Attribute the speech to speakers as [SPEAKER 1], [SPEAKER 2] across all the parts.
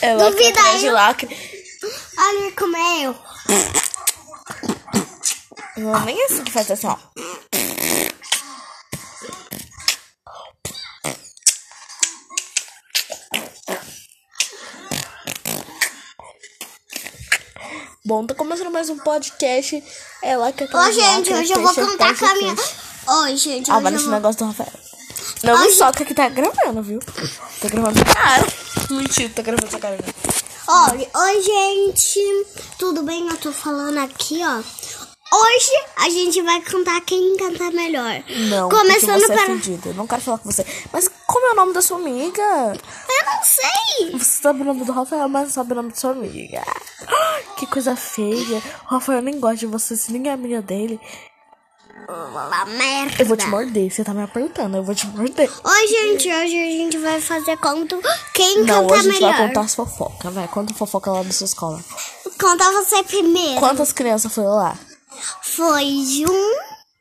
[SPEAKER 1] É lacre
[SPEAKER 2] Duvida
[SPEAKER 1] atrás de
[SPEAKER 2] eu.
[SPEAKER 1] lacre.
[SPEAKER 2] Olha como é eu.
[SPEAKER 1] Não, nem assim que faz assim, ó. Bom, tá começando mais um podcast. É lá que
[SPEAKER 2] Ô, gente, hoje eu vou cantar com a minha. Oi, gente,
[SPEAKER 1] Ah,
[SPEAKER 2] hoje
[SPEAKER 1] vai
[SPEAKER 2] eu
[SPEAKER 1] nesse
[SPEAKER 2] vou...
[SPEAKER 1] negócio do Rafael. Não me
[SPEAKER 2] Hoje-
[SPEAKER 1] soca que tá gravando, viu? Tá gravando sua cara. Mentira, tá gravando sua cara. não. é-
[SPEAKER 2] Olha, oi, gente. Tudo bem? Eu tô falando aqui, ó. Hoje a gente vai cantar quem cantar melhor.
[SPEAKER 1] Não,
[SPEAKER 2] Começando
[SPEAKER 1] porque você é
[SPEAKER 2] para.
[SPEAKER 1] fedida. Eu não quero falar com você. Mas como é o nome da sua amiga?
[SPEAKER 2] Eu não sei.
[SPEAKER 1] Você sabe o nome do Rafael, mas não sabe o nome de sua amiga. Ah, Que coisa feia. O Rafael nem gosta de você, se ninguém é amiga dele.
[SPEAKER 2] Fala merda.
[SPEAKER 1] Eu vou te morder, você tá me apertando, eu vou te morder.
[SPEAKER 2] Oi, gente, hoje a gente vai fazer conto quem
[SPEAKER 1] Não,
[SPEAKER 2] cantar
[SPEAKER 1] hoje a gente
[SPEAKER 2] Então tá melhor.
[SPEAKER 1] vai contar as fofocas, vai. Conta fofoca lá da sua escola.
[SPEAKER 2] Conta você primeiro.
[SPEAKER 1] Quantas crianças foram lá?
[SPEAKER 2] Foi de um,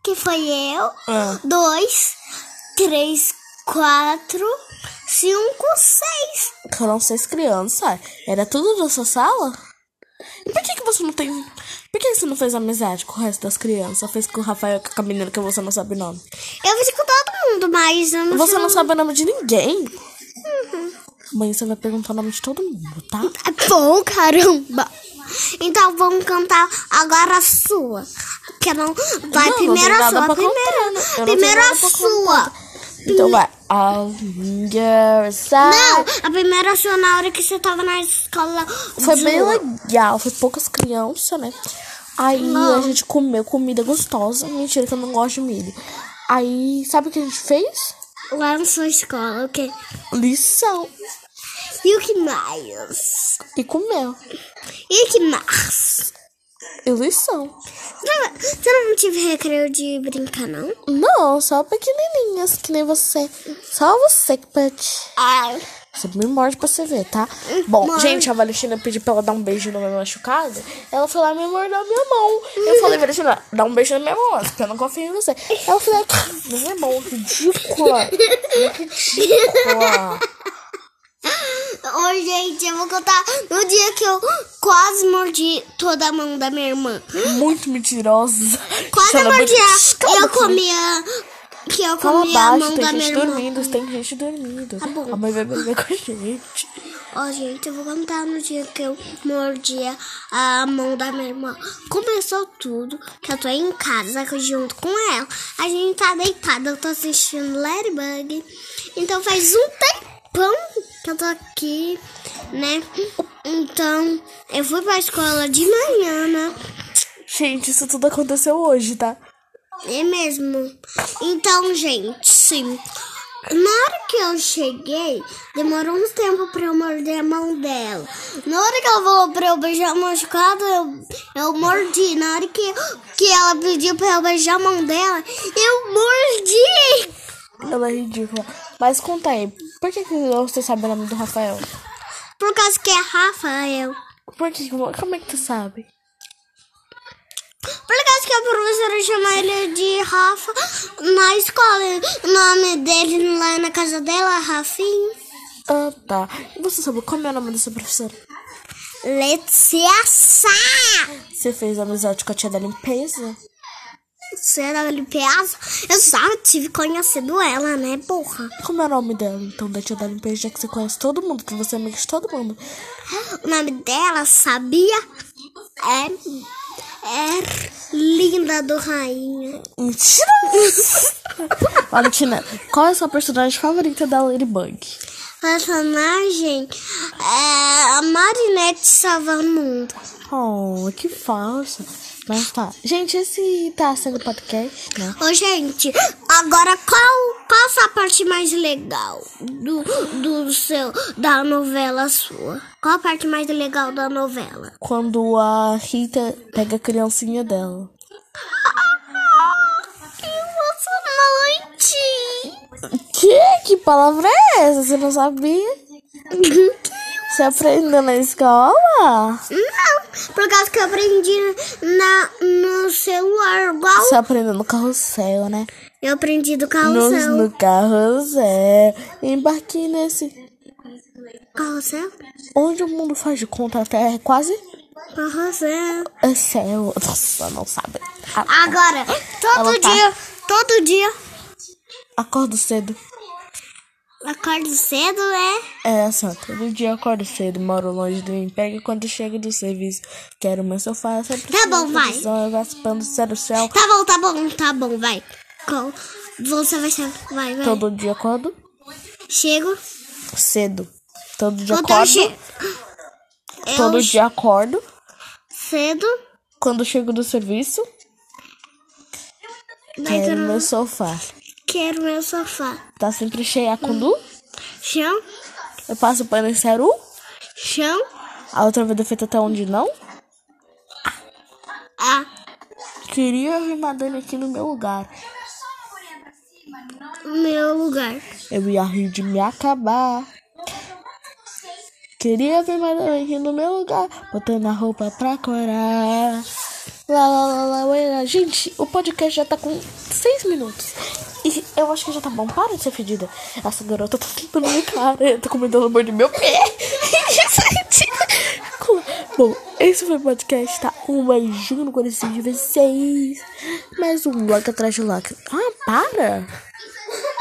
[SPEAKER 2] que foi eu.
[SPEAKER 1] Ah.
[SPEAKER 2] Dois, três, quatro, cinco, seis.
[SPEAKER 1] Foram seis crianças. Era tudo da sua sala? E por que, que você não tem. Por que que você não fez amizade com o resto das crianças? Fez com o Rafael, com a menina que você não sabe o nome.
[SPEAKER 2] Eu fiz com todo mundo, mas eu não
[SPEAKER 1] Você
[SPEAKER 2] sei Uhum.
[SPEAKER 1] não
[SPEAKER 2] o-
[SPEAKER 1] sabe o nome de ninguém? Mãe, você vai perguntar o nome de todo mundo, tá?
[SPEAKER 2] É bom, caramba. Então vamos cantar agora a sua. Que não.
[SPEAKER 1] Não,
[SPEAKER 2] Vai
[SPEAKER 1] não
[SPEAKER 2] primeiro
[SPEAKER 1] tem
[SPEAKER 2] a
[SPEAKER 1] nada
[SPEAKER 2] sua.
[SPEAKER 1] pra contar,
[SPEAKER 2] Primeiro,
[SPEAKER 1] né? Eu não
[SPEAKER 2] primeiro
[SPEAKER 1] tenho
[SPEAKER 2] a
[SPEAKER 1] nada pra
[SPEAKER 2] sua.
[SPEAKER 1] Então vai. All girls
[SPEAKER 2] Não,
[SPEAKER 1] are-
[SPEAKER 2] a primeira sua na hora que você tava na escola.
[SPEAKER 1] Foi
[SPEAKER 2] de
[SPEAKER 1] bem
[SPEAKER 2] lua.
[SPEAKER 1] legal. Foi poucas crianças, né? Aí a gente comeu comida gostosa. Mentira, que eu não gosto de milho. Aí, sabe o que a gente fez?
[SPEAKER 2] Lá na sua escola, ok.
[SPEAKER 1] Lição.
[SPEAKER 2] E o que mais?
[SPEAKER 1] E comeu.
[SPEAKER 2] E o que mais?
[SPEAKER 1] E lição.
[SPEAKER 2] Não, Você não tive recreio de brincar, não?
[SPEAKER 1] Não, só pequenininhas, que nem você. Só você que pode.
[SPEAKER 2] Ai.
[SPEAKER 1] Você me morde pra você ver, tá? Bom,
[SPEAKER 2] Morde.
[SPEAKER 1] gente, a Valentina pediu pra ela dar um beijo no meu machucado. Ela foi lá e me mordeu a minha mão. Eu falei, Valentina, dá um beijo na minha mão, porque eu não confio em você. Ela falou, "Ah, na minha mão, ridícula. é Ridícula.
[SPEAKER 2] Oi, gente, eu vou contar no dia que eu quase mordi toda a mão da minha irmã.
[SPEAKER 1] Muito mentirosa.
[SPEAKER 2] Quase
[SPEAKER 1] Ela é muito-
[SPEAKER 2] mordi a...
[SPEAKER 1] Cala a
[SPEAKER 2] Eu
[SPEAKER 1] boca, né?
[SPEAKER 2] comia... Que eu
[SPEAKER 1] Cala
[SPEAKER 2] comia a
[SPEAKER 1] abaixo,
[SPEAKER 2] mão da
[SPEAKER 1] tem
[SPEAKER 2] minha
[SPEAKER 1] gente
[SPEAKER 2] irmã.
[SPEAKER 1] dormindo, tem gente dormindo.
[SPEAKER 2] Tá bom.
[SPEAKER 1] A mãe vai beber com a gente.
[SPEAKER 2] Ó, gente, eu vou contar no dia que eu mordia a mão da minha irmã. Começou tudo, que eu tô em casa junto com ela. A gente tá deitada, eu tô assistindo Ladybug. Então faz um tempão que eu tô aqui, né? Então, eu fui pra escola de manhã, né?
[SPEAKER 1] Gente, isso tudo aconteceu hoje, tá?
[SPEAKER 2] É mesmo. Então, gente, sim. Na hora que eu cheguei, demorou um tempo pra eu morder a mão dela. Na hora que ela falou pra eu beijar a machucada, eu, eu mordi. Na hora que, que ela pediu pra eu beijar a mão dela, eu mordi.
[SPEAKER 1] Ela é ridícula. Mas conta aí, por que, que você sabe o nome do Rafael?
[SPEAKER 2] Por causa que é Rafael.
[SPEAKER 1] Por que? Como é que tu sabe?
[SPEAKER 2] Por causa que a professora chama ele de Rafa na escola. O nome dele lá na casa dela, é Rafinha.
[SPEAKER 1] Ah, tá. E você sabe como é o nome dessa professora?
[SPEAKER 2] Letícia Sá.
[SPEAKER 1] Você fez amizade com a tia da limpeza?
[SPEAKER 2] Você era limpeza? Eu já tive conhecido ela, né, porra?
[SPEAKER 1] Como é o nome dela, então, da tia da limpeza, já que você conhece todo mundo, que você é amiga de todo mundo?
[SPEAKER 2] O nome dela, sabia? É. É. Linda do Rainha.
[SPEAKER 1] Mentira! Valentina, qual é a sua personagem favorita da Ladybug?
[SPEAKER 2] Personagem é. A Marinette Savamundo.
[SPEAKER 1] Oh, que falsa. Mas tá. Gente, esse tá sendo podcast, né?
[SPEAKER 2] Ô, gente, agora qual, qual a sua parte mais legal do, do seu. da novela sua? Qual a parte mais legal da novela?
[SPEAKER 1] Quando a Rita pega a criancinha dela.
[SPEAKER 2] Que emocionante!
[SPEAKER 1] Que? Que palavra é essa? Você não sabia? Você aprendeu na escola?
[SPEAKER 2] Não, por causa que eu aprendi na, no celular, igual
[SPEAKER 1] Você aprendeu no carrossel, né?
[SPEAKER 2] eu aprendi do
[SPEAKER 1] No,
[SPEAKER 2] carrossel.
[SPEAKER 1] no carrossel. Embarque nesse
[SPEAKER 2] Carrossel?
[SPEAKER 1] Onde o mundo faz de conta, a Terra é quase...
[SPEAKER 2] Carrossel.
[SPEAKER 1] É céu. Nossa, não sabe. A-
[SPEAKER 2] Agora, todo
[SPEAKER 1] Ela tá-
[SPEAKER 2] dia, todo dia,
[SPEAKER 1] Acordo cedo.
[SPEAKER 2] acordo cedo, é?
[SPEAKER 1] É assim, ó, todo dia eu acordo cedo, moro longe do emprego e quando chego do serviço, quero meu sofá, sempre
[SPEAKER 2] Tá bom, vai.
[SPEAKER 1] Eu vaspando o céu.
[SPEAKER 2] Tá bom, tá bom, tá bom, vai. Qual- Você vai ser, vai, vai.
[SPEAKER 1] Todo dia acordo
[SPEAKER 2] Chego.
[SPEAKER 1] cedo. Todo dia
[SPEAKER 2] Quando eu
[SPEAKER 1] acordo,
[SPEAKER 2] che- Eu
[SPEAKER 1] todo dia acordo.
[SPEAKER 2] cedo,
[SPEAKER 1] Quando chego do serviço,
[SPEAKER 2] daí
[SPEAKER 1] quero
[SPEAKER 2] quero,
[SPEAKER 1] é meu sofá.
[SPEAKER 2] quero meu sofá.
[SPEAKER 1] Tá sempre cheia com du.
[SPEAKER 2] Chão,
[SPEAKER 1] Eu passo pano em Seru.
[SPEAKER 2] chão,
[SPEAKER 1] A outra vida é feita até onde não.
[SPEAKER 2] a.
[SPEAKER 1] Queria ver madame aqui no meu lugar.
[SPEAKER 2] Meu lugar.
[SPEAKER 1] Eu ia rir de me acabar. Queria ver madame aqui no meu lugar, botando a roupa pra corar. Lá, lá, lá, lá, ué, lá. Gente, o podcast já tá com seis minutos. E eu acho que já tá bom. Para de ser fedida. Essa garota tá tentando minha cara. Eu tô comendo o amor do meu pé. Gente. bom, esse foi o podcast, tá? Um beijinho no coração de vocês. Mais um like atrás de like. um Ah, para.